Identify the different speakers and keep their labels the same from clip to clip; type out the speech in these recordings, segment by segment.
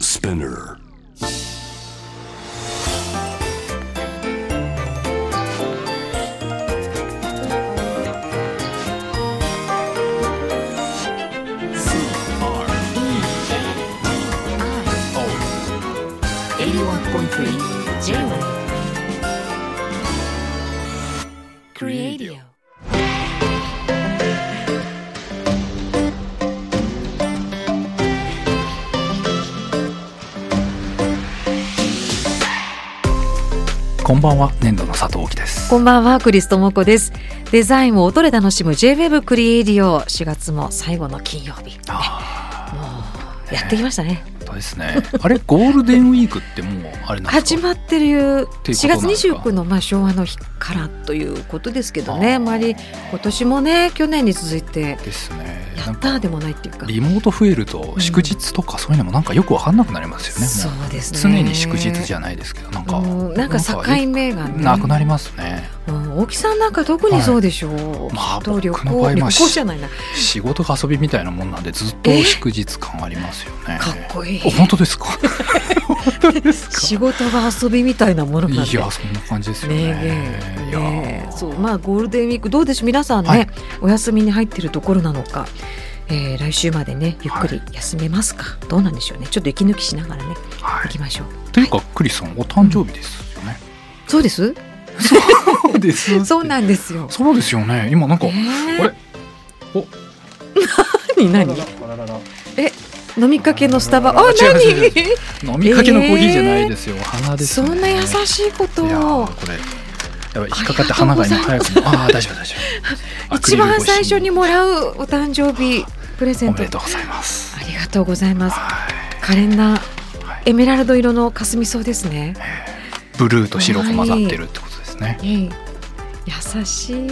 Speaker 1: Spinner.
Speaker 2: 81.3 J-Wave
Speaker 1: Radio.
Speaker 3: こんばんは粘土の佐藤貴です
Speaker 2: こんばんはクリストモコですデザインを音で楽しむ J-Wave クリエイディオ4月も最後の金曜日
Speaker 3: あ
Speaker 2: もうやってきましたね
Speaker 3: あ本当ですねあれゴールデンウィークってもうあれ なんで
Speaker 2: 始
Speaker 3: すか
Speaker 2: まってる4
Speaker 3: ていうこと
Speaker 2: 月
Speaker 3: なんですか
Speaker 2: 29のまあ昭和の日からということですけどね
Speaker 3: あー
Speaker 2: あまり今年もね去年に続いて
Speaker 3: ですね
Speaker 2: や
Speaker 3: なん
Speaker 2: っ
Speaker 3: か
Speaker 2: たーでもないっていうか
Speaker 3: リモート増えると
Speaker 2: ん
Speaker 3: 祝日とかそういうのもなんかよくわかんなくなりますよね、
Speaker 2: そ
Speaker 3: も
Speaker 2: うですね
Speaker 3: う常に祝日じゃないですけどなんか、
Speaker 2: うんなんか境目がね
Speaker 3: なくなりますね
Speaker 2: うん、大木さんなんか特にそうでしょう、き
Speaker 3: まあ
Speaker 2: っと旅
Speaker 3: 僕の場合
Speaker 2: 行
Speaker 3: は
Speaker 2: 旅行じゃないなか
Speaker 3: 仕事が遊びみたいなもんなんでずっと
Speaker 2: え
Speaker 3: 祝日感ありますよね
Speaker 2: っこいい
Speaker 3: お本当 ですか本当ですか
Speaker 2: 仕事が遊びみたいなものなん
Speaker 3: い
Speaker 2: で
Speaker 3: やそんな感じですよ
Speaker 2: 名言
Speaker 3: ねいや
Speaker 2: ねそうまあゴールデンウィークどうでしょう皆さんね、
Speaker 3: はい
Speaker 2: お休みに入ってるところなのか、えー来週までねゆっくり休めますか、どうなんでしょうねちょっと息抜きしながらね
Speaker 3: は
Speaker 2: 行
Speaker 3: い
Speaker 2: きましょう
Speaker 3: というかクリスさんお誕生日ですよね、
Speaker 2: そうです
Speaker 3: そうです
Speaker 2: そうなんですよ
Speaker 3: そうですよね今なんか、
Speaker 2: えー
Speaker 3: あれお
Speaker 2: 何何飲みかけのスタバあ
Speaker 3: あ
Speaker 2: 何
Speaker 3: 違います違います飲みかけのコーヒーじゃないですよ、花です、
Speaker 2: そ
Speaker 3: ね、
Speaker 2: んな優しいこと
Speaker 3: いや
Speaker 2: を
Speaker 3: ーこれやばい引っかかって花が今早くもああー大丈夫大丈 夫
Speaker 2: 一番最初に
Speaker 3: ア
Speaker 2: もらうお誕生日プレ
Speaker 3: ク
Speaker 2: ゼ
Speaker 3: リル
Speaker 2: ント
Speaker 3: 越しにおめでとうございます
Speaker 2: ありがとうございます
Speaker 3: はい
Speaker 2: 可憐な
Speaker 3: はい
Speaker 2: エメラルド色の霞そうですね
Speaker 3: ブルーと白が混ざってるってことですね
Speaker 2: ええ優しい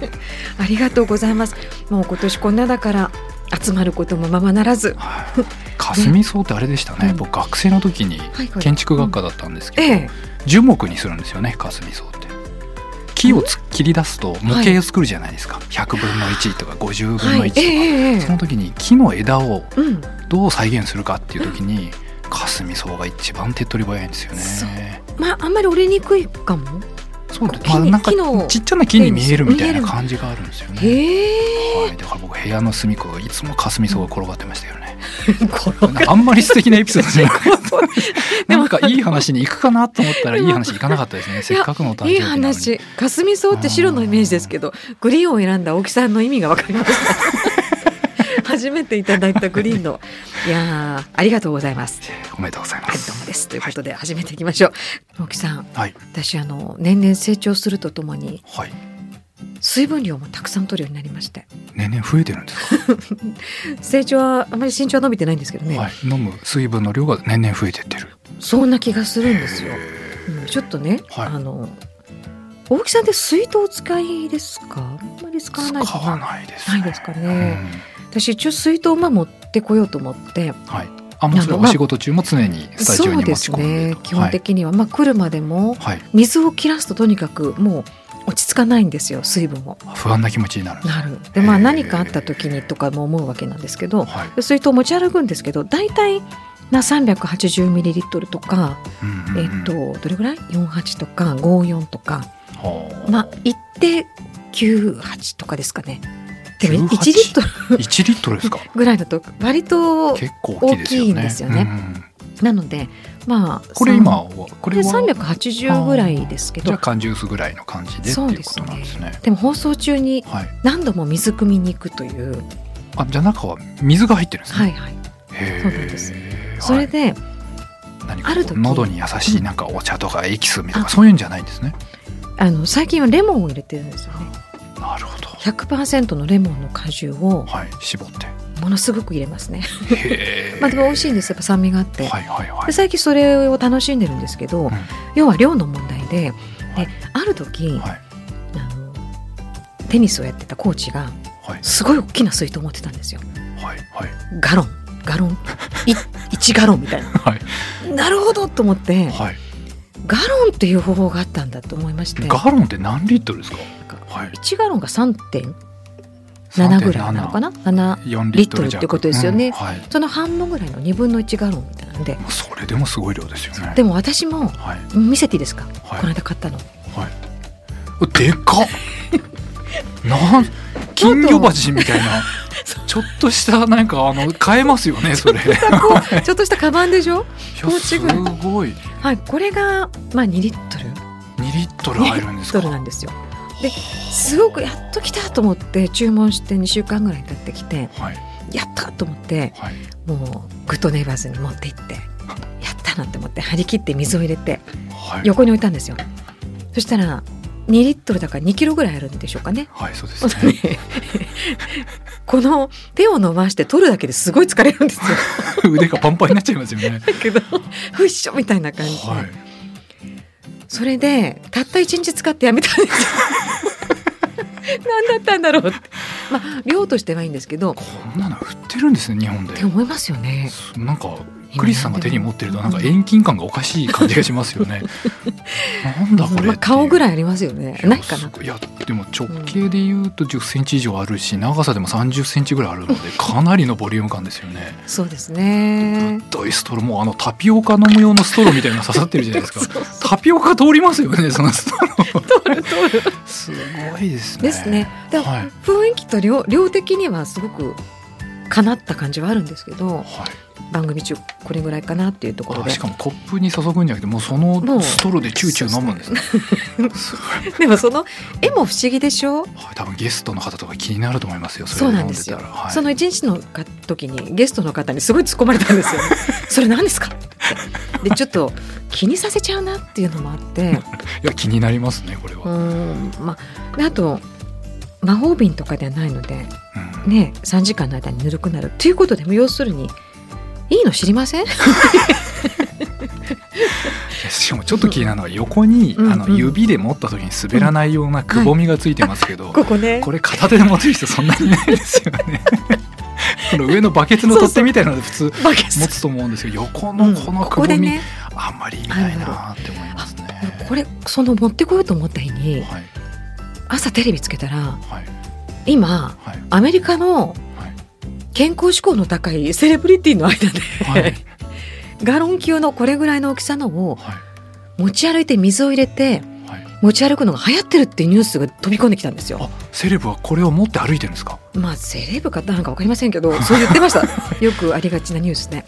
Speaker 2: ありがとうございますもう今年こんなだから集まることもままならず
Speaker 3: はい霞草ってあれでしたね、
Speaker 2: うん
Speaker 3: 僕学生の時に
Speaker 2: はいはい
Speaker 3: 建築学科だったんですけど、
Speaker 2: ええ
Speaker 3: 樹木にするんですよね霞草って木をつ切り出すと模型を作るじゃないですか、100分の1とか50分の
Speaker 2: は
Speaker 3: 1
Speaker 2: い
Speaker 3: とか、
Speaker 2: えええええ
Speaker 3: その時に木の枝を
Speaker 2: えうん
Speaker 3: どう再現するかっていう時に霞草が一番手っ取り早いんですよ
Speaker 2: そう
Speaker 3: ね。
Speaker 2: まああんまり折れにくいかも
Speaker 3: そう
Speaker 2: 木に
Speaker 3: まあ、なんか
Speaker 2: 木の
Speaker 3: ちっちゃな木に見えるみたい
Speaker 2: 見え
Speaker 3: な
Speaker 2: る
Speaker 3: 感じがあるんですよね。
Speaker 2: へえ
Speaker 3: はい、だから僕部屋の隅っこがいつも霞草が転がってましたよね。
Speaker 2: 転が
Speaker 3: あんまり素敵なエピソードじゃなかった。
Speaker 2: でも
Speaker 3: なんかいい話に行くかなと思ったらいい話行かなかったですね。せっかくのお誕生
Speaker 2: い
Speaker 3: 日
Speaker 2: い
Speaker 3: なのに。
Speaker 2: 話霞草って白のイメージですけどグリーンを選んだ大木さんの意味が分かりました初めていただ いたグリーンのいやーありがとうございます
Speaker 3: おめでとうございま
Speaker 2: はいどうも
Speaker 3: す。
Speaker 2: ですということで始めていきましょう大木さん
Speaker 3: はい
Speaker 2: 私あの年々成長するとともに
Speaker 3: はい。
Speaker 2: 水分量もたくさん取るようになりまして
Speaker 3: 年々増えてるんですか。
Speaker 2: 成長はあまり身長は伸びてないんですけどね、
Speaker 3: はい。飲む水分の量が年々増えてってる。
Speaker 2: そんな気がするんですよ、うんちょっとね、
Speaker 3: はい
Speaker 2: あの大木さんって水筒お使いですかあんまり使わ
Speaker 3: 使
Speaker 2: ないか
Speaker 3: わ
Speaker 2: な
Speaker 3: ないです、
Speaker 2: ないですかね、私一応水筒をまあ持ってこようと思って
Speaker 3: うんはい。あ、もうそれ
Speaker 2: あの
Speaker 3: お仕事中も常にスタジオ
Speaker 2: そう
Speaker 3: に
Speaker 2: で
Speaker 3: 持ち
Speaker 2: す
Speaker 3: 込んで
Speaker 2: ね
Speaker 3: と
Speaker 2: 基本的には、まあ来るまでも
Speaker 3: はい。はい
Speaker 2: 水を切らすととにかくもう落ち着かないんですよ水分も。
Speaker 3: 不安な気持ちになる。
Speaker 2: なるでま
Speaker 3: へ
Speaker 2: あ
Speaker 3: ー
Speaker 2: 何かあった時にとかも思うわけなんですけど
Speaker 3: はい。
Speaker 2: で水筒持ち歩くんですけど大体な 380ml とか、
Speaker 3: う ん
Speaker 2: えっと。どれぐらい ?48 とか54とか
Speaker 3: は
Speaker 2: まあ一定98とかですかね。でも1
Speaker 3: 98
Speaker 2: リットル
Speaker 3: 一リットルで すか。
Speaker 2: ぐらいだと割と
Speaker 3: 結構大きいですよね。
Speaker 2: 大きいんですよね
Speaker 3: うん
Speaker 2: なのでまあ
Speaker 3: これ今はこれは
Speaker 2: 三百八十ぐらいですけ
Speaker 3: じゃあ
Speaker 2: ど、
Speaker 3: 缶ジュースぐらいの感じでって
Speaker 2: そう
Speaker 3: い
Speaker 2: で
Speaker 3: うこ
Speaker 2: す
Speaker 3: と
Speaker 2: ね
Speaker 3: なんですね。
Speaker 2: でも放送中に
Speaker 3: はい。
Speaker 2: 何度も水汲みに行くという、
Speaker 3: あ、じゃあ中は水が入ってるんです
Speaker 2: はい
Speaker 3: ね。
Speaker 2: はい、
Speaker 3: へー
Speaker 2: そうなんです
Speaker 3: はい
Speaker 2: それで、
Speaker 3: 何か
Speaker 2: ある
Speaker 3: こう
Speaker 2: 時
Speaker 3: 喉に優しいなんかお茶とかエキスみたい
Speaker 2: あ
Speaker 3: なそういうんじゃないんですね。
Speaker 2: あの最近はレモンを入れてるんですよね。
Speaker 3: なるほど。
Speaker 2: 百パーセントのレモンの果汁を
Speaker 3: はい。絞って。
Speaker 2: ものすごく入れますね。
Speaker 3: へ ー
Speaker 2: まあでも美味しいんですやっぱ酸味があって。
Speaker 3: はいはいは
Speaker 2: で
Speaker 3: い。
Speaker 2: 最近それを楽しんでるんですけど、
Speaker 3: ん
Speaker 2: 要は量の問題で、
Speaker 3: はい
Speaker 2: である時、
Speaker 3: はい
Speaker 2: あのテニスをやってたコーチが
Speaker 3: はい
Speaker 2: すごい大きな水筒を持ってたんですよ。
Speaker 3: はいはい。
Speaker 2: ガロンガロン い一ガロンみたいな、
Speaker 3: は
Speaker 2: なるほどと思って
Speaker 3: はい。
Speaker 2: ガロンっていう方法があったんだと思いまして
Speaker 3: ガロンって何リットルですか。
Speaker 2: なんか
Speaker 3: はい。
Speaker 2: 1ガロンが3点7ぐらいなのかな7
Speaker 3: 4リットル
Speaker 2: リットル
Speaker 3: 弱
Speaker 2: ってことですよね
Speaker 3: うんはい、
Speaker 2: その半分ぐらいの2分の1ガロンみたいなんで
Speaker 3: それでもすごい量ですよね
Speaker 2: でも私も
Speaker 3: はい
Speaker 2: 見せていいですか、
Speaker 3: はい
Speaker 2: この間買ったの
Speaker 3: うわでかっ なん金魚鉢みたいなちょっとしたなんかあの買えますよ ねそれいや
Speaker 2: こう ちょっとしたカバンでしょポーチ
Speaker 3: す
Speaker 2: ぐらい
Speaker 3: ごい
Speaker 2: はいこれがまあ2リットル
Speaker 3: 2リットル入るんですか
Speaker 2: ドルなんですよですごくやっと来たと思って注文して2週間ぐらい経ってきて
Speaker 3: はい
Speaker 2: やったと思って
Speaker 3: はい
Speaker 2: もうグッドネイバーズに持って行ってやったなって思って張り切って水を入れて
Speaker 3: はい
Speaker 2: 横に置いたんですよそしたら2リットルだから2キロぐらいあるんでしょうか ね
Speaker 3: はいそうですね
Speaker 2: この手を伸ばして取るだけですごい疲れるんですよ
Speaker 3: 腕がパンパンになっちゃいますよ ね
Speaker 2: だけどふっしょみたいな感じで、
Speaker 3: はい
Speaker 2: それでたった一日使ってやめたんです よ何だったんだろうってまあ量としてはいいんですけどっ
Speaker 3: こんなの売ってるんですね日本で
Speaker 2: て思いますよね
Speaker 3: なんかクリスさんが手に持ってるとなんか遠近感がおかしい感じがします よねなんだこれってい
Speaker 2: ま
Speaker 3: う
Speaker 2: あ、顔ぐらいありますよねないか
Speaker 3: いやす
Speaker 2: な
Speaker 3: ごいいやでも直径でいうと1 0ンチ以上あるし、長さでも3 0ンチぐらいあるのでかなりのボリューム感ですよね
Speaker 2: そうですね
Speaker 3: ドイストローもうあのタピオカ飲む用のストローみたいなの刺さってるじ ゃないですかタピオカ通りますよねそのストローすごいですね
Speaker 2: ですねでも
Speaker 3: はい
Speaker 2: 雰囲気と量量的にはすごくかなった感じはあるんですけど
Speaker 3: はい
Speaker 2: 番組中これぐらいかなっていうところ
Speaker 3: あ
Speaker 2: で
Speaker 3: しかもコップに注ぐんじゃなくてもうそのストローでチューチュー飲むんですねすごい
Speaker 2: でもその絵も不思議でしょ
Speaker 3: はい多分ゲストの方とか気になると思いますよ
Speaker 2: そ
Speaker 3: れ
Speaker 2: う
Speaker 3: を
Speaker 2: なん
Speaker 3: 飲
Speaker 2: ですよ、
Speaker 3: でたらはい、
Speaker 2: その一日のか時にゲストの方にすごい突っ込まれたんですよね それ何ですか ってでちょっと気にさせちゃうなっていうのもあって
Speaker 3: いや気になりますねこれ
Speaker 2: う
Speaker 3: は、
Speaker 2: んまあであと魔法瓶とかではないので
Speaker 3: うん
Speaker 2: ね3時間の間にぬるくなるということでも要するにいいの知りません
Speaker 3: しかもちょっと気になるのは横に、
Speaker 2: うん
Speaker 3: あの
Speaker 2: うん
Speaker 3: 指で持った時に滑らないようなくぼみがついてますけど、
Speaker 2: ここね
Speaker 3: これ片手で持てる人そんなにいないですよね。この上のバケツの取っ手みたいなので普通
Speaker 2: バケツ
Speaker 3: 持つと思うんですけど横
Speaker 2: う
Speaker 3: の
Speaker 2: ん
Speaker 3: この
Speaker 2: こ
Speaker 3: く
Speaker 2: こ
Speaker 3: ぼ
Speaker 2: で
Speaker 3: み
Speaker 2: ね
Speaker 3: あんまりいないなって思いますね。
Speaker 2: これその持ってこようと思った日に
Speaker 3: はい
Speaker 2: 朝テレビつけたら
Speaker 3: はい
Speaker 2: 今
Speaker 3: はい
Speaker 2: アメリカの
Speaker 3: はい
Speaker 2: 健康志向の高いセレブリティの間で、
Speaker 3: はいはい
Speaker 2: ガロン級のこれぐらいの大きさのを持ち歩いて水を入れて
Speaker 3: はい。
Speaker 2: 持ち歩くのが流行ってるっていうニュースが飛び込んできたんですよ。
Speaker 3: あセレブはこれを持って歩いてるんですか。
Speaker 2: まあセレブかなんかわかりませんけどそう言ってました よくありがちなニュースね。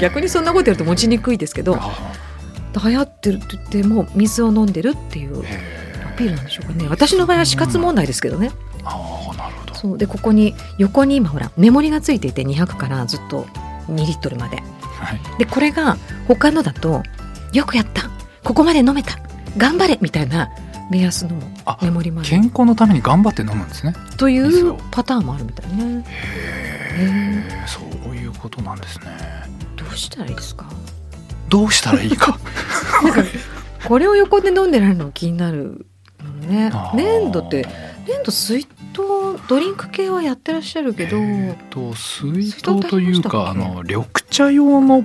Speaker 2: 逆にそんなことやると持ちにくいですけど
Speaker 3: あ
Speaker 2: 流行ってるって言ってもう水を飲んでるっていう
Speaker 3: へえ
Speaker 2: アピールなんでしょうかね私の場合は死活問題ですけどね
Speaker 3: ああなるほど。
Speaker 2: そうでここに横に今ほらメモリがついていて200からずっと2リットルまで
Speaker 3: はい
Speaker 2: でこれが他のだと「よくやったここまで飲めた頑張れ」みたいな目安のも
Speaker 3: あ
Speaker 2: メモリまで
Speaker 3: 健康のために頑張って飲むんですね。
Speaker 2: とい
Speaker 3: ですよ
Speaker 2: うパターンもあるみたいね
Speaker 3: へえそういうことなんですね。
Speaker 2: どうしたらいいですか
Speaker 3: どうしたらいいか。
Speaker 2: なんかこれを横で飲んでられるの気になるのね
Speaker 3: あー
Speaker 2: 粘土って粘土水筒ドリンク系はやってらっしゃるけど、
Speaker 3: えーと水
Speaker 2: 水筒って
Speaker 3: 筒というか
Speaker 2: あ
Speaker 3: あ
Speaker 2: りましたっけ
Speaker 3: の緑茶用の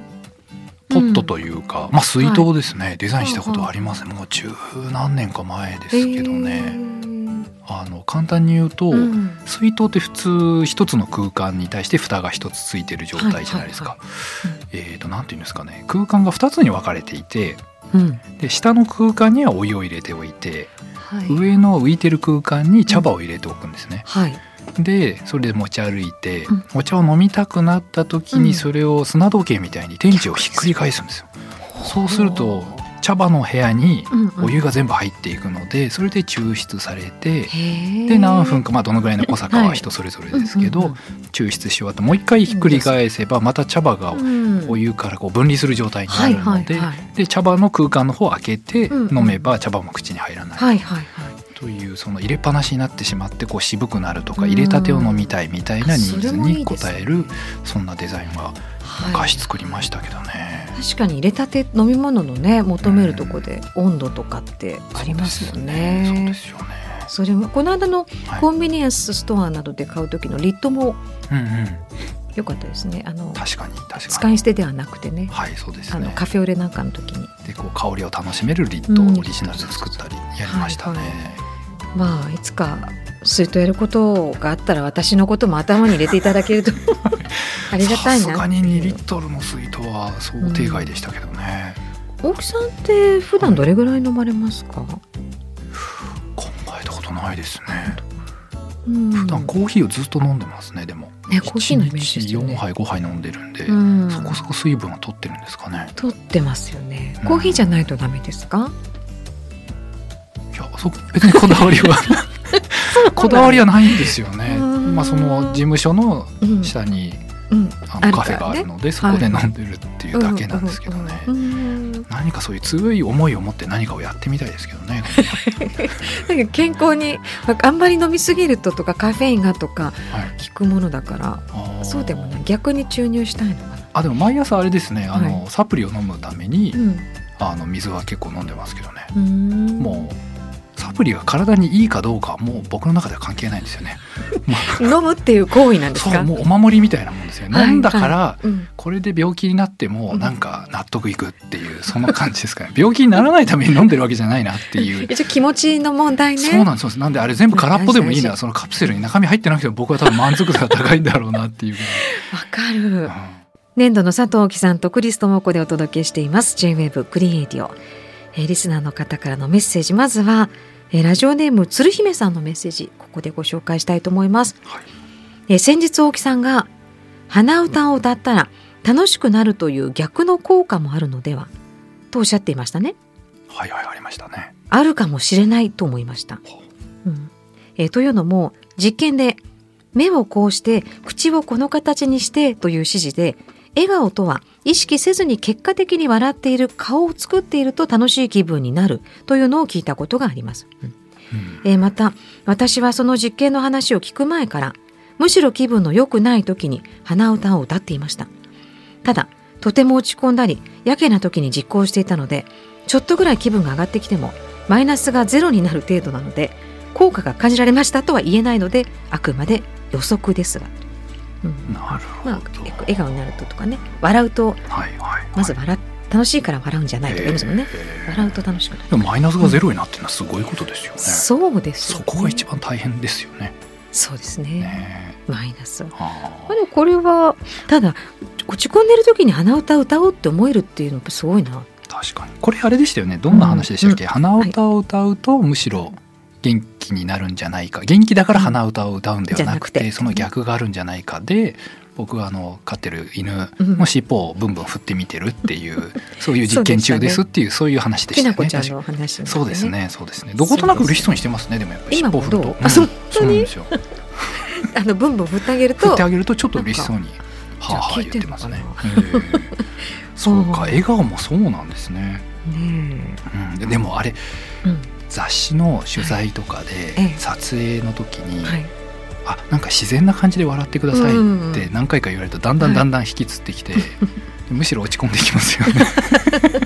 Speaker 3: ポットというか、まあ水筒ですね、デザインしたことはありますもう十何年か前ですけど
Speaker 2: え
Speaker 3: ね、
Speaker 2: ー
Speaker 3: あの簡単に言うと、
Speaker 2: うん
Speaker 3: 水筒って普通一つの空間に対して蓋が一つついてる状態じゃないですか、
Speaker 2: はいはいは
Speaker 3: えっ、となんていうんですかね空間が二つに分かれていて
Speaker 2: うん
Speaker 3: で下の空間にはお湯を入れておいて
Speaker 2: はい
Speaker 3: 上の浮いてる空間に茶葉を入れておくんですね、
Speaker 2: はい
Speaker 3: でそれで持ち歩いて、
Speaker 2: うん
Speaker 3: お茶を飲みたくなった時
Speaker 2: う
Speaker 3: に
Speaker 2: ん
Speaker 3: それを砂時計みたいに天地をひっくり返すんですよ。そうすると茶葉の部屋に
Speaker 2: うんうん
Speaker 3: お湯が全部入っていくのでそれで抽出されて。
Speaker 2: へー
Speaker 3: で何分か、まあ、どのぐらいの濃さか
Speaker 2: は
Speaker 3: はい人それぞれですけど、
Speaker 2: うんうん
Speaker 3: 抽出し終わってもう一回ひっくり返せばまた茶葉が
Speaker 2: うん
Speaker 3: お湯からこう分離する状態になるので,、
Speaker 2: はいはいはい
Speaker 3: で茶葉の空間の方を開けて
Speaker 2: うん
Speaker 3: 飲めば茶葉も口に入らない
Speaker 2: はいはいはい
Speaker 3: というその入れっぱなしになってしまってこう渋くなるとか入れたてを飲みたいみたいなニーズに応えるそんなデザインは
Speaker 2: は
Speaker 3: 昔作りましたけどね。
Speaker 2: 確かに入れたて飲み物のね求めるとこで温度とかってありますもん
Speaker 3: そうで
Speaker 2: ね。
Speaker 3: すよね。
Speaker 2: それもこの間の
Speaker 3: はい
Speaker 2: コンビニエンスストアなどで買う時のリットも
Speaker 3: うんうん、
Speaker 2: 良かったですね。あの
Speaker 3: 確かに確
Speaker 2: 使
Speaker 3: かに。
Speaker 2: い捨てではなくてね、
Speaker 3: はいそうです
Speaker 2: あの
Speaker 3: ね。
Speaker 2: カフェオレなんかの時に
Speaker 3: でこう香りを楽しめるリット
Speaker 2: うん
Speaker 3: をオリジナルで作ったりやりましたね。
Speaker 2: まあいつかすっとやることがあったら私のことも頭に入れていただける とありがた
Speaker 3: さ
Speaker 2: い
Speaker 3: す
Speaker 2: な
Speaker 3: が
Speaker 2: って
Speaker 3: に2
Speaker 2: い
Speaker 3: リ
Speaker 2: う
Speaker 3: ットルの水筒は想定外でしたけどね、
Speaker 2: 大木さんって普段どれぐらい飲まれますか、
Speaker 3: 考えたことないですね
Speaker 2: うん、
Speaker 3: 普段コーヒーをずっと飲んでますねでも
Speaker 2: ねコーヒーのイメージですよ
Speaker 3: 1日4
Speaker 2: ね、
Speaker 3: 杯5杯飲んでるんで、
Speaker 2: うん、
Speaker 3: そこそこ水分は取ってるんですかね
Speaker 2: 取ってますよね
Speaker 3: うん
Speaker 2: コーヒーじゃないとダメですか、
Speaker 3: いやそ別にこだわ りはこだわりはないんですよね
Speaker 2: うん
Speaker 3: まあその事務所の
Speaker 2: うん
Speaker 3: 下に
Speaker 2: うん、
Speaker 3: あ
Speaker 2: ある
Speaker 3: の
Speaker 2: か
Speaker 3: カ
Speaker 2: ら
Speaker 3: フェがあるのでそこで飲んでるっていうだけなんですけどね
Speaker 2: うんうんうん
Speaker 3: 何かそういう強い思いを持って何かをやってみたいですけどね
Speaker 2: なんか健康にあんまり飲みすぎるととかカフェインがとか
Speaker 3: はい
Speaker 2: 聞くものだから、
Speaker 3: あ ー
Speaker 2: そうでもない逆に注入したいのかな、
Speaker 3: あでも毎朝あれですねあの、
Speaker 2: は
Speaker 3: サプリを飲むために、
Speaker 2: うん
Speaker 3: あの水は結構飲んでますけどね、
Speaker 2: うん
Speaker 3: もうサプリが体にいいかどうかはもう僕の中では関係ないんで すよね、まあ
Speaker 2: 飲むっていう行為なんです
Speaker 3: そう
Speaker 2: か
Speaker 3: もうお守りみたいなもんですよ
Speaker 2: はい
Speaker 3: 飲んだから、
Speaker 2: うん、
Speaker 3: これで病気になって
Speaker 2: う
Speaker 3: も
Speaker 2: ん
Speaker 3: なんか納得いくっていうその感じですかね 病気にならないために飲んでるわけじゃないなっ ていう、
Speaker 2: 一応気持ちの問題ね
Speaker 3: そうなんですそうなんですなんであれ全部空っぽでもいい
Speaker 2: 大事大
Speaker 3: な
Speaker 2: 事
Speaker 3: そのカプセルに中身入ってなくても僕は多分満足度が高いんだろうなっていうぐ
Speaker 2: わかる
Speaker 3: らい、うん
Speaker 2: 年度の佐藤貴さんとクリス智子でお届けしています J-WAVE クリエイディオ、えーリスナーの方からのメッセージまずは、えーラジオネーム鶴姫さんのメッセージここでご紹介したいと思います、
Speaker 3: はい
Speaker 2: えー先日大木さんが鼻歌を歌ったら楽しくなるという逆の効果もあるのではとおっしゃっていましたね
Speaker 3: はいはいありましたね
Speaker 2: あるかもしれないと思いました
Speaker 3: ほ。
Speaker 2: うんえーというのも実験で目をこうして口をこの形にしてという指示で笑顔とは意識せずに結果的に笑っている顔を作っていると楽しい気分になるというのを聞いたことがあります。
Speaker 3: うん
Speaker 2: えーまた私はその実験の話を聞く前からむしろ気分の良くない時に鼻歌を歌っていましたただとても落ち込んだりやけな時に実行していたのでちょっとぐらい気分が上がってきてもマイナスがゼロになる程度なので効果が感じられましたとは言えないのであくまで予測ですが、うん
Speaker 3: なるほど、
Speaker 2: まあ、え笑顔になるととかね笑うと
Speaker 3: はいはい
Speaker 2: まず笑っ楽しいから笑うんじゃないとか言いますもんね、
Speaker 3: えー
Speaker 2: 笑うと楽しくなる
Speaker 3: でもマイナスがゼロになってるのはすごいことですよね、
Speaker 2: そうですよ
Speaker 3: そ
Speaker 2: ね
Speaker 3: こが一番大変ですよね
Speaker 2: そうです
Speaker 3: ね
Speaker 2: マイナスは
Speaker 3: えあ
Speaker 2: まあでもこれはただ落ち込んでる時に鼻歌歌おうって思えるっていうのやっぱすごいな
Speaker 3: ー確かにこれあれでしたよねどんな話でしたっけ、鼻歌を歌うとむしろ元気になるんじゃないか元気だから鼻歌を歌うんではなくて
Speaker 2: じゃなくて
Speaker 3: その逆があるんじゃないかで僕はあの飼ってる犬の尻尾をブンブン振ってみてるっていう、そういう実験中ですっていうそういう話で
Speaker 2: き
Speaker 3: し
Speaker 2: な
Speaker 3: たよ
Speaker 2: こ
Speaker 3: ね
Speaker 2: ちゃんのお話なん
Speaker 3: そうですねそうですねどことなく嬉しそうにしてますねでもやっぱり尻
Speaker 2: 今も
Speaker 3: 尾振ると
Speaker 2: どう
Speaker 3: うん
Speaker 2: あそんなに
Speaker 3: そうなんですよ
Speaker 2: あのブンブン振ってあげる
Speaker 3: 振っ
Speaker 2: と
Speaker 3: てあげるとちょっと嬉しそうに
Speaker 2: じ
Speaker 3: はあはあ
Speaker 2: ゃあ聞
Speaker 3: 言
Speaker 2: い
Speaker 3: ってて
Speaker 2: んの
Speaker 3: ま
Speaker 2: か
Speaker 3: す
Speaker 2: な
Speaker 3: ね。 ええそう
Speaker 2: うん
Speaker 3: か笑顔もそうなんですね。
Speaker 2: ね
Speaker 3: うん、ででもあれ
Speaker 2: えうん
Speaker 3: 雑誌の取材とか
Speaker 2: ええ
Speaker 3: で撮影の時に、
Speaker 2: はい
Speaker 3: あなんか自然な感じで笑ってください
Speaker 2: うんうんうん
Speaker 3: って何回か言われるとだんだ
Speaker 2: は
Speaker 3: ん
Speaker 2: い
Speaker 3: だんだん引きつっ てきて、むしろ落ち込んできますよね。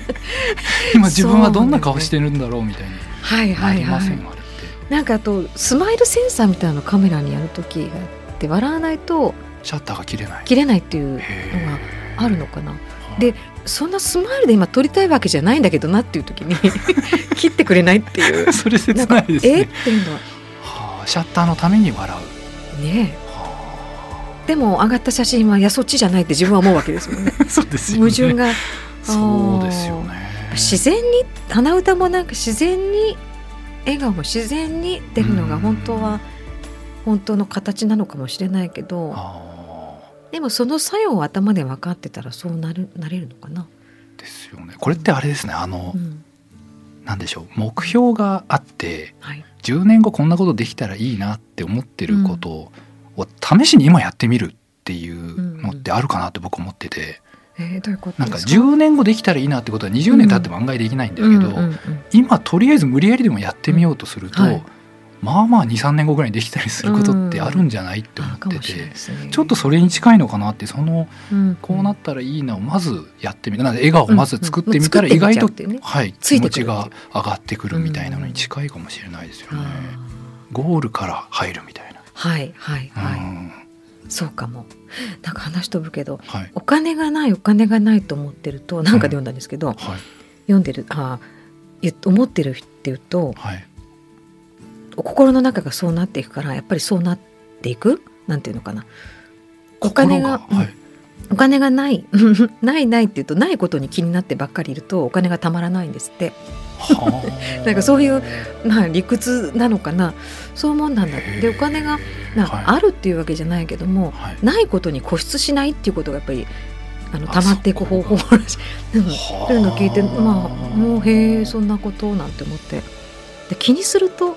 Speaker 3: 今自分はどんな顔してるんだろうみたいに
Speaker 2: はい
Speaker 3: な
Speaker 2: はい
Speaker 3: りま
Speaker 2: は
Speaker 3: せん、
Speaker 2: い
Speaker 3: あれって
Speaker 2: なんかあとスマイルセンサーみたいなのカメラにやる時があって笑わないと
Speaker 3: シャッターが切れない。
Speaker 2: 切れないっていうのが
Speaker 3: へえ
Speaker 2: あるのかな
Speaker 3: はい
Speaker 2: でそんなスマイルで今撮りたいわけじゃないんだけどなっていう時に 切ってくれないっていう
Speaker 3: それ切
Speaker 2: なん
Speaker 3: な
Speaker 2: か
Speaker 3: いです
Speaker 2: えっ
Speaker 3: ね。
Speaker 2: ていうのは
Speaker 3: はあ、シャッターのために笑う。
Speaker 2: ねえ
Speaker 3: は
Speaker 2: でも上がった写真は「いやそっちじゃない」って自分は思うわけですもんね
Speaker 3: あ、 そうですよね。
Speaker 2: 矛盾が
Speaker 3: そうですよね。
Speaker 2: 自然に鼻歌もなんか自然に笑顔も自然に出るのが本当
Speaker 3: う
Speaker 2: は本当の形なのかもしれないけど
Speaker 3: あ
Speaker 2: でもその作用を頭で分かってたらそうなるなれるのかな。
Speaker 3: ーですよね。これってあれですね。あの
Speaker 2: う、ん
Speaker 3: なんでしょう。目標があって、
Speaker 2: はい、
Speaker 3: 10年後こんなことできたらいいなって思ってることを、試しに今やってみるっていうのってあるかなって僕思ってて、
Speaker 2: えー、どういうこと
Speaker 3: なんか
Speaker 2: ですか
Speaker 3: 10年後できたらいいなってことは20年経っても案外できないんだけど、
Speaker 2: うんうんうん
Speaker 3: 今とりあえず無理やりでもやってみようとすると、
Speaker 2: はい
Speaker 3: まあまあ23年後ぐらいにできたりすることってあるんじゃないって思
Speaker 2: あ
Speaker 3: っ
Speaker 2: か
Speaker 3: て
Speaker 2: もしれ
Speaker 3: て、
Speaker 2: ないですね
Speaker 3: ちょっとそれに近いのかなってその
Speaker 2: うん
Speaker 3: こうなったらいいなをまずやってみるなんで笑顔をまず作ってみたら
Speaker 2: うんう
Speaker 3: 意
Speaker 2: んもう
Speaker 3: 外
Speaker 2: 作
Speaker 3: と、
Speaker 2: ってみちゃうっていうね
Speaker 3: はい、
Speaker 2: つ
Speaker 3: 気
Speaker 2: いて
Speaker 3: 持
Speaker 2: くる
Speaker 3: ちが上がってくるみたいなのに近いかもしれないですよね。
Speaker 2: あ
Speaker 3: ゴールから入るみたいな。
Speaker 2: ーはいはいはい、
Speaker 3: うん
Speaker 2: そうかもなんか話飛ぶけど
Speaker 3: はい
Speaker 2: お金がないお金がないと思ってるとなんかで読んだんですけど、
Speaker 3: はい
Speaker 2: 読んでるあー言っ思ってるっていうと
Speaker 3: はい
Speaker 2: お心の中がそうなっていくからやっぱりそうなっていくなんていうのかなお金が
Speaker 3: 心はい、
Speaker 2: お金がない ないないって言うとないことに気になってばっかりいるとお金がたまらないんですって
Speaker 3: はあ
Speaker 2: なんかそういうまあ理屈なのかなそういうもんなんだ
Speaker 3: へえ
Speaker 2: でお金がな
Speaker 3: はい
Speaker 2: あるっていうわけじゃないけども、
Speaker 3: はい
Speaker 2: ないことに固執しないっていうことがやっぱりあの
Speaker 3: あ
Speaker 2: 溜まっていく
Speaker 3: そ
Speaker 2: 方
Speaker 3: う
Speaker 2: 法らしい。うん
Speaker 3: は
Speaker 2: というのを聞いてまあもうへえそ
Speaker 3: うん
Speaker 2: なことなんて思ってで気にすると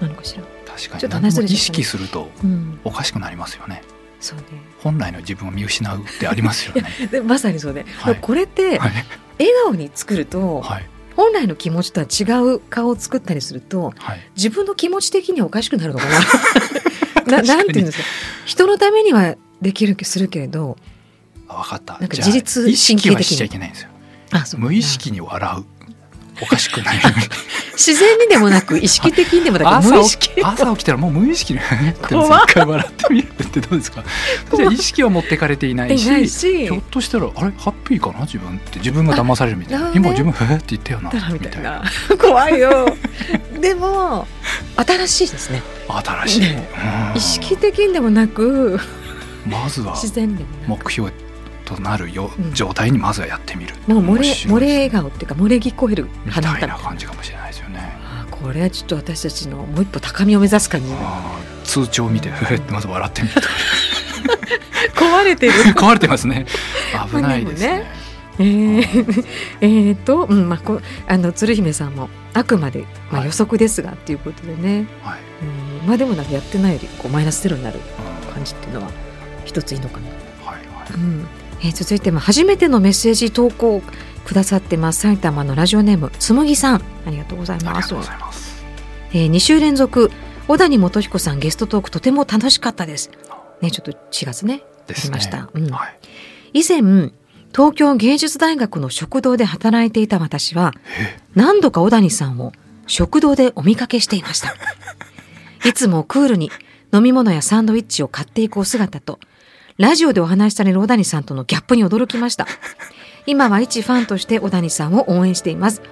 Speaker 2: 何かしら、
Speaker 3: 確か
Speaker 2: ちょっ
Speaker 3: に
Speaker 2: と話
Speaker 3: 何
Speaker 2: ず
Speaker 3: も
Speaker 2: れ
Speaker 3: 意
Speaker 2: ちゃったね
Speaker 3: 識すると
Speaker 2: うん、
Speaker 3: おかしくなりますよね
Speaker 2: そうね
Speaker 3: 本来の自分を見失うってありますよ ね
Speaker 2: でまさにそうね、
Speaker 3: はい
Speaker 2: これって
Speaker 3: は
Speaker 2: 笑
Speaker 3: い、
Speaker 2: 顔に作ると、
Speaker 3: はい
Speaker 2: 本来の気持ちとは違う顔を作ったりすると
Speaker 3: はい、
Speaker 2: 自分の気持ち的にはおかしくなる のかなななんていうんですか人のためにはできるけするけれど
Speaker 3: あ分かった
Speaker 2: なんか
Speaker 3: じゃあ
Speaker 2: 自律
Speaker 3: 意識
Speaker 2: 神経的に
Speaker 3: はしちゃいけないんですよ
Speaker 2: あそう
Speaker 3: 無意識に笑うおかし くない
Speaker 2: 自然にでもなく意識的にでもなく
Speaker 3: 朝
Speaker 2: 無意
Speaker 3: 起
Speaker 2: 識
Speaker 3: き朝起きたらもう無意識にって
Speaker 2: 怖っ
Speaker 3: 一回笑ってみるってど うですかじゃあ意識は持ってかれていない
Speaker 2: で
Speaker 3: し
Speaker 2: ないし
Speaker 3: ひょっとしたらあれハッピーかな自分って自分が騙されるみたいな
Speaker 2: あ
Speaker 3: 今
Speaker 2: なる
Speaker 3: 自
Speaker 2: ほ
Speaker 3: 分へえって言ったよな
Speaker 2: だら
Speaker 3: み
Speaker 2: み
Speaker 3: たい
Speaker 2: たい
Speaker 3: な
Speaker 2: な怖い よでも新しいですね
Speaker 3: 新しい、
Speaker 2: ね
Speaker 3: うん
Speaker 2: 意識的にでもなく
Speaker 3: まずは
Speaker 2: 自然でもなく
Speaker 3: 目標となるよ、
Speaker 2: うん
Speaker 3: 状態にまずはやってみる
Speaker 2: もう漏れ
Speaker 3: 面白
Speaker 2: 漏
Speaker 3: いです
Speaker 2: れ笑顔っていうか漏れ聞こえる
Speaker 3: み
Speaker 2: 花
Speaker 3: たい
Speaker 2: 歌
Speaker 3: な感じかもしれないですよね
Speaker 2: あーこれはちょっと私たちのもう一歩高みを目指す感じ
Speaker 3: あー通帳を見てへえってまず笑ってみるとか
Speaker 2: 壊れて る
Speaker 3: 壊れてますね危ないですね,、
Speaker 2: えー、 えーと、うんまあ、こあの鶴姫さんもあくまで、まあ、
Speaker 3: はい
Speaker 2: 予測ですがっていうことでね、
Speaker 3: はい、
Speaker 2: うんまあでもなんかやってないよりこうマイナスゼロになる
Speaker 3: うん
Speaker 2: 感じっていうのは一ついいのかな
Speaker 3: はいはい
Speaker 2: うんえー続いても初めてのメッセージ投稿をくださってます埼玉のラジオネームつむぎさんありがとうござい
Speaker 3: あり
Speaker 2: ま
Speaker 3: が
Speaker 2: す
Speaker 3: とうございます。
Speaker 2: えー、2週連続小谷元彦さんゲストトークとても楽しかったですねちょっと4月ねあ
Speaker 3: で
Speaker 2: り
Speaker 3: すね。
Speaker 2: ました、うん
Speaker 3: はい。
Speaker 2: 以前東京芸術大学の食堂で働いていた私は
Speaker 3: え
Speaker 2: 何度か小谷さんを食堂でお見かけしていましたいつもクールに飲み物やサンドイッチを買っていくお姿とラジオでお話しされる小谷さんとのギャップに驚きました今は一ファンとして小谷さんを応援しています、えー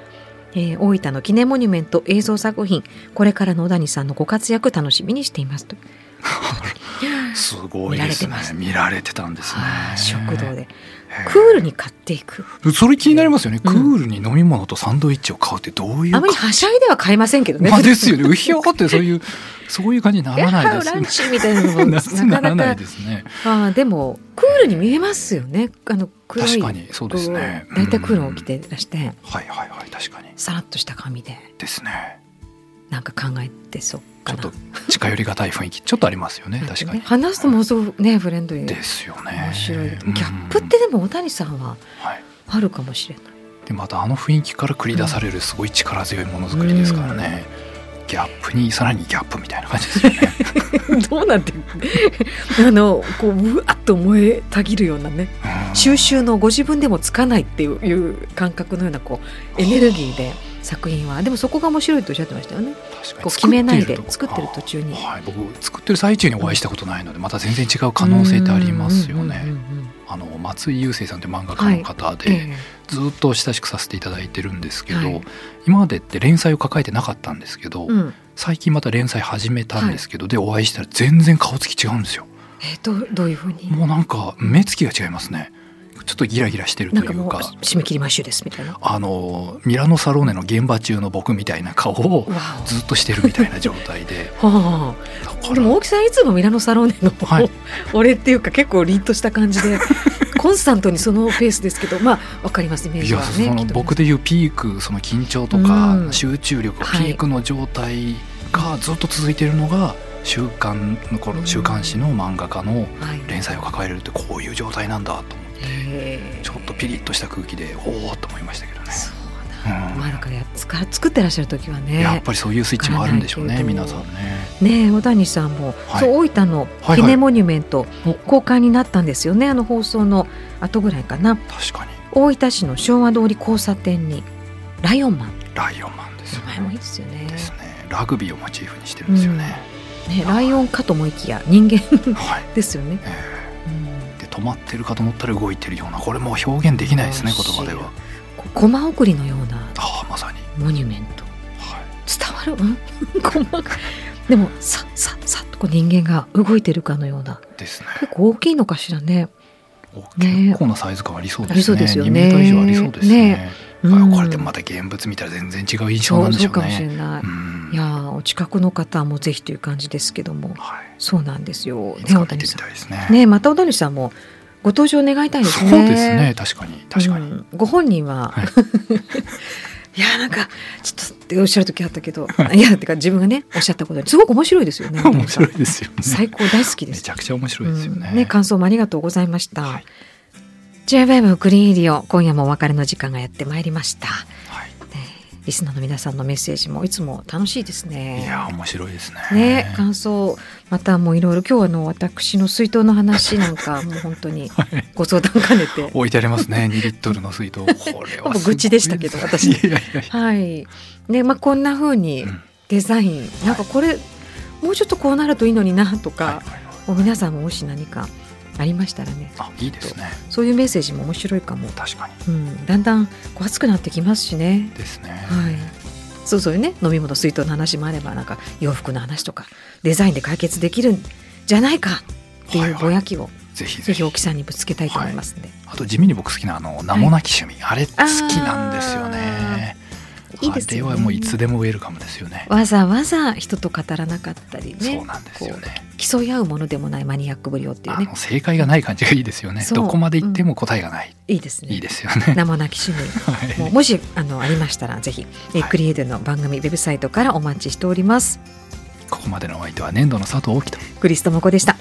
Speaker 2: 大分の記念モニュメント映像作品これからの小谷さんのご活躍楽しみにしていますと
Speaker 3: すごいです
Speaker 2: 見られて
Speaker 3: ね
Speaker 2: ました。
Speaker 3: 見られてたんですね
Speaker 2: あ。ー食堂で
Speaker 3: へー
Speaker 2: クールに買っていく
Speaker 3: それ気になりますよね。
Speaker 2: う
Speaker 3: ク
Speaker 2: ん
Speaker 3: ールに飲み物とサンドイッチを買うってどういう
Speaker 2: あまり
Speaker 3: か。
Speaker 2: はしゃいでは買いません けどね
Speaker 3: まあですよね。うひょーってそういうそういう感じにならないで
Speaker 2: いやラン
Speaker 3: す
Speaker 2: チみたいなのもな
Speaker 3: ね。
Speaker 2: かな
Speaker 3: なな
Speaker 2: から
Speaker 3: ないですね。
Speaker 2: ああでもクールに見えますよねあの黒い
Speaker 3: 確かにそうですね
Speaker 2: こう大体クールを着てらして、
Speaker 3: はいはいはい確かに
Speaker 2: さらっとした髪で
Speaker 3: ですね。
Speaker 2: なんか考えてそうか
Speaker 3: ちょっ
Speaker 2: な
Speaker 3: と近寄りがたい雰囲気ちょっとありますよね。
Speaker 2: なん
Speaker 3: 確か
Speaker 2: ね
Speaker 3: に。
Speaker 2: 話すとものすごくねフレンドリーで
Speaker 3: ですよね。
Speaker 2: 面白いギャ
Speaker 3: うん
Speaker 2: ップってでも小谷さんは
Speaker 3: はい。
Speaker 2: あるかもしれない
Speaker 3: でまたあの雰囲気から繰り出されるすごい力強いものづくりですからね、ギャップにさらにギャップみたいな感じですよ ね
Speaker 2: どうなって るあのこううわっと燃えたぎるようなね
Speaker 3: うん
Speaker 2: 収集のご自分でもつかないっていう感覚のようなこうエネルギーで作品はでもそこが面白いとおっしゃってましたよね
Speaker 3: 確かに
Speaker 2: こう決めないで
Speaker 3: 作
Speaker 2: 作
Speaker 3: っ
Speaker 2: ってて
Speaker 3: る
Speaker 2: る
Speaker 3: と
Speaker 2: 途中に
Speaker 3: はい、僕作ってる最中にお会いしたことないのでまた全然違う可能性ってありますよ
Speaker 2: うんう
Speaker 3: ね。
Speaker 2: んうんうん
Speaker 3: あの松井雄生さんって漫画家の方で、
Speaker 2: え
Speaker 3: ずっと親しくさせていただいてるんですけど、
Speaker 2: はい
Speaker 3: 今までって連載を抱えてなかったんですけど、
Speaker 2: えうん
Speaker 3: 最近また連載始めたんですけど、でお会いしたら全然顔つき違うんですよ。
Speaker 2: えー、どうどういうふうに
Speaker 3: もうなんか目つきが違いますね。ちょっとギラギラしてると
Speaker 2: ないんか
Speaker 3: う
Speaker 2: もう
Speaker 3: か。
Speaker 2: 締め切りマッシュですみたいな。
Speaker 3: あのミラノサローネの現場中の僕みたいな顔を
Speaker 2: わ
Speaker 3: ずっとしてるみたいな状 態で
Speaker 2: お。は
Speaker 3: だ
Speaker 2: あ、
Speaker 3: か
Speaker 2: で
Speaker 3: ら
Speaker 2: も大木さんいつもミラノサローネの、
Speaker 3: はい
Speaker 2: 俺っていうか結構凛とした感じで コンスタントにそのペースですけどまあわかりますイメー
Speaker 3: い
Speaker 2: ジ
Speaker 3: や
Speaker 2: は
Speaker 3: そ
Speaker 2: ね。
Speaker 3: の
Speaker 2: きっとね
Speaker 3: 僕でいうピークその緊張とか、
Speaker 2: うん
Speaker 3: 集中力
Speaker 2: はい
Speaker 3: ピークの状態がずっと続いているのが週刊の頃
Speaker 2: うん
Speaker 3: 週刊誌の漫画家の
Speaker 2: はい、
Speaker 3: 連載を抱えるってこういう状態なんだと思って
Speaker 2: へえ
Speaker 3: ちょっとピリッとした空気でおおっと思いましたけどね、
Speaker 2: そうなんだ。
Speaker 3: うん
Speaker 2: まあだからやっつか作ってらっしゃる時はね。
Speaker 3: やっぱりそういうスイッチもあるんでしょうね
Speaker 2: わからないけど
Speaker 3: 皆さんね
Speaker 2: ねえ小谷さんも、
Speaker 3: はい
Speaker 2: そう大分の
Speaker 3: はい
Speaker 2: 記念モニュメント、
Speaker 3: お
Speaker 2: 公開になったんですよねあの放送の後ぐらいかな
Speaker 3: 確かに
Speaker 2: 大分市の昭和通り交差点にライオンマン
Speaker 3: ライオンマンですよ
Speaker 2: 名
Speaker 3: ね
Speaker 2: 前もいいですよね
Speaker 3: ですねラグビーをモチーフにしてるんですよね、
Speaker 2: ねライオンかと思いきや人間
Speaker 3: はい、
Speaker 2: ですよね、
Speaker 3: え
Speaker 2: うん
Speaker 3: ーで止まってるかと思ったら動いてるようなこれもう表現できないですね言
Speaker 2: 素晴ら
Speaker 3: 葉
Speaker 2: しい
Speaker 3: では
Speaker 2: こうコマ送りのような
Speaker 3: ああまさに
Speaker 2: モニュメント
Speaker 3: はい
Speaker 2: 伝わわるうん 細かいでもさっさっさっとこう人間が動いてるかのような
Speaker 3: ですね
Speaker 2: 結構大きいのかしらね
Speaker 3: お
Speaker 2: ね
Speaker 3: 結構なサイズ感ありそうですね
Speaker 2: ありそうですよね
Speaker 3: 2メートル以上ありそうですね
Speaker 2: ね
Speaker 3: あ
Speaker 2: うん
Speaker 3: これでもまた現物見たら全然違う印象
Speaker 2: そ
Speaker 3: なん
Speaker 2: う
Speaker 3: で
Speaker 2: そ
Speaker 3: し
Speaker 2: う
Speaker 3: ょう
Speaker 2: かもしれ
Speaker 3: ね
Speaker 2: ない、
Speaker 3: うん
Speaker 2: いやーお近くの方もぜひという感じですけども
Speaker 3: はい
Speaker 2: そうなんですよ
Speaker 3: いつ
Speaker 2: ね大
Speaker 3: か見て
Speaker 2: 谷
Speaker 3: み
Speaker 2: さ
Speaker 3: たいですね
Speaker 2: んねまた大谷さんもご登場願いたいです
Speaker 3: そ
Speaker 2: ね
Speaker 3: うですね確かに確かに、
Speaker 2: うんご本人は、
Speaker 3: はい
Speaker 2: い、やなんかちょっとっておっしゃる時あったけどいやてか自分がねおっしゃったことにすごく面白いです よね
Speaker 3: 面白いですよね
Speaker 2: 最高大好きで
Speaker 3: め
Speaker 2: す
Speaker 3: ちゃくちゃ面白いですよね,、
Speaker 2: うん感想もありがとうございました、
Speaker 3: はい
Speaker 2: JWEB クリーンエディオ今夜もお別れの時間がやってまいりました
Speaker 3: はい
Speaker 2: リスナーの皆さんのメッセージもいつも楽しいですね
Speaker 3: いやー面白いですね。
Speaker 2: ね、感想またもういろいろ今日はあの私の水筒の話なん かもう本当に
Speaker 3: はい
Speaker 2: ご相談兼ねて
Speaker 3: 置いてありますね。2リットルの水筒。これはすごい
Speaker 2: ほぼ愚痴でしたけど私
Speaker 3: いやいやいや。
Speaker 2: はいねまあこんな風に
Speaker 3: うん
Speaker 2: デザイン、なんかこれもうちょっとこうなるといいのになとか、
Speaker 3: はいはいはい
Speaker 2: もう皆さんももし何かありましたらね
Speaker 3: あ、いいですね。
Speaker 2: そういうメッセージも面白いかも
Speaker 3: 確かに
Speaker 2: うん、だんだんこう暑くなってきますしね。
Speaker 3: ですね。
Speaker 2: はい。そうそういうね飲み物水筒の話もあればなんか洋服の話とかデザインで解決できるんじゃないかって
Speaker 3: はい
Speaker 2: いう
Speaker 3: はい
Speaker 2: ぼやきを、
Speaker 3: ぜひ
Speaker 2: ぜ
Speaker 3: ぜ
Speaker 2: ひ
Speaker 3: ひ。
Speaker 2: 大木さんにぶつけたいと思いますんで、
Speaker 3: あと地味に僕好きなあの名もなき趣味、あれ好きなんですよね。
Speaker 2: い、いですよ
Speaker 3: あ
Speaker 2: ね
Speaker 3: れはもういつでもウェルカムですよね。
Speaker 2: わざわざ人と語らなかったり
Speaker 3: そう
Speaker 2: ね
Speaker 3: なんですよね。
Speaker 2: 競い合うものでもないマニアックぶりをっていう
Speaker 3: あ
Speaker 2: ね
Speaker 3: の正解がない感じがいいですよね。
Speaker 2: そう
Speaker 3: どこまで行っても答えがない。
Speaker 2: いいですね
Speaker 3: いいですよね。
Speaker 2: 生なき 趣味
Speaker 3: はい
Speaker 2: もうもしあのありましたらぜひ、えー
Speaker 3: はい
Speaker 2: クリエイドの番組ウェブサイトからお待ちしております
Speaker 3: ここまでのお相手は年度の佐藤大樹と。
Speaker 2: クリストモコでした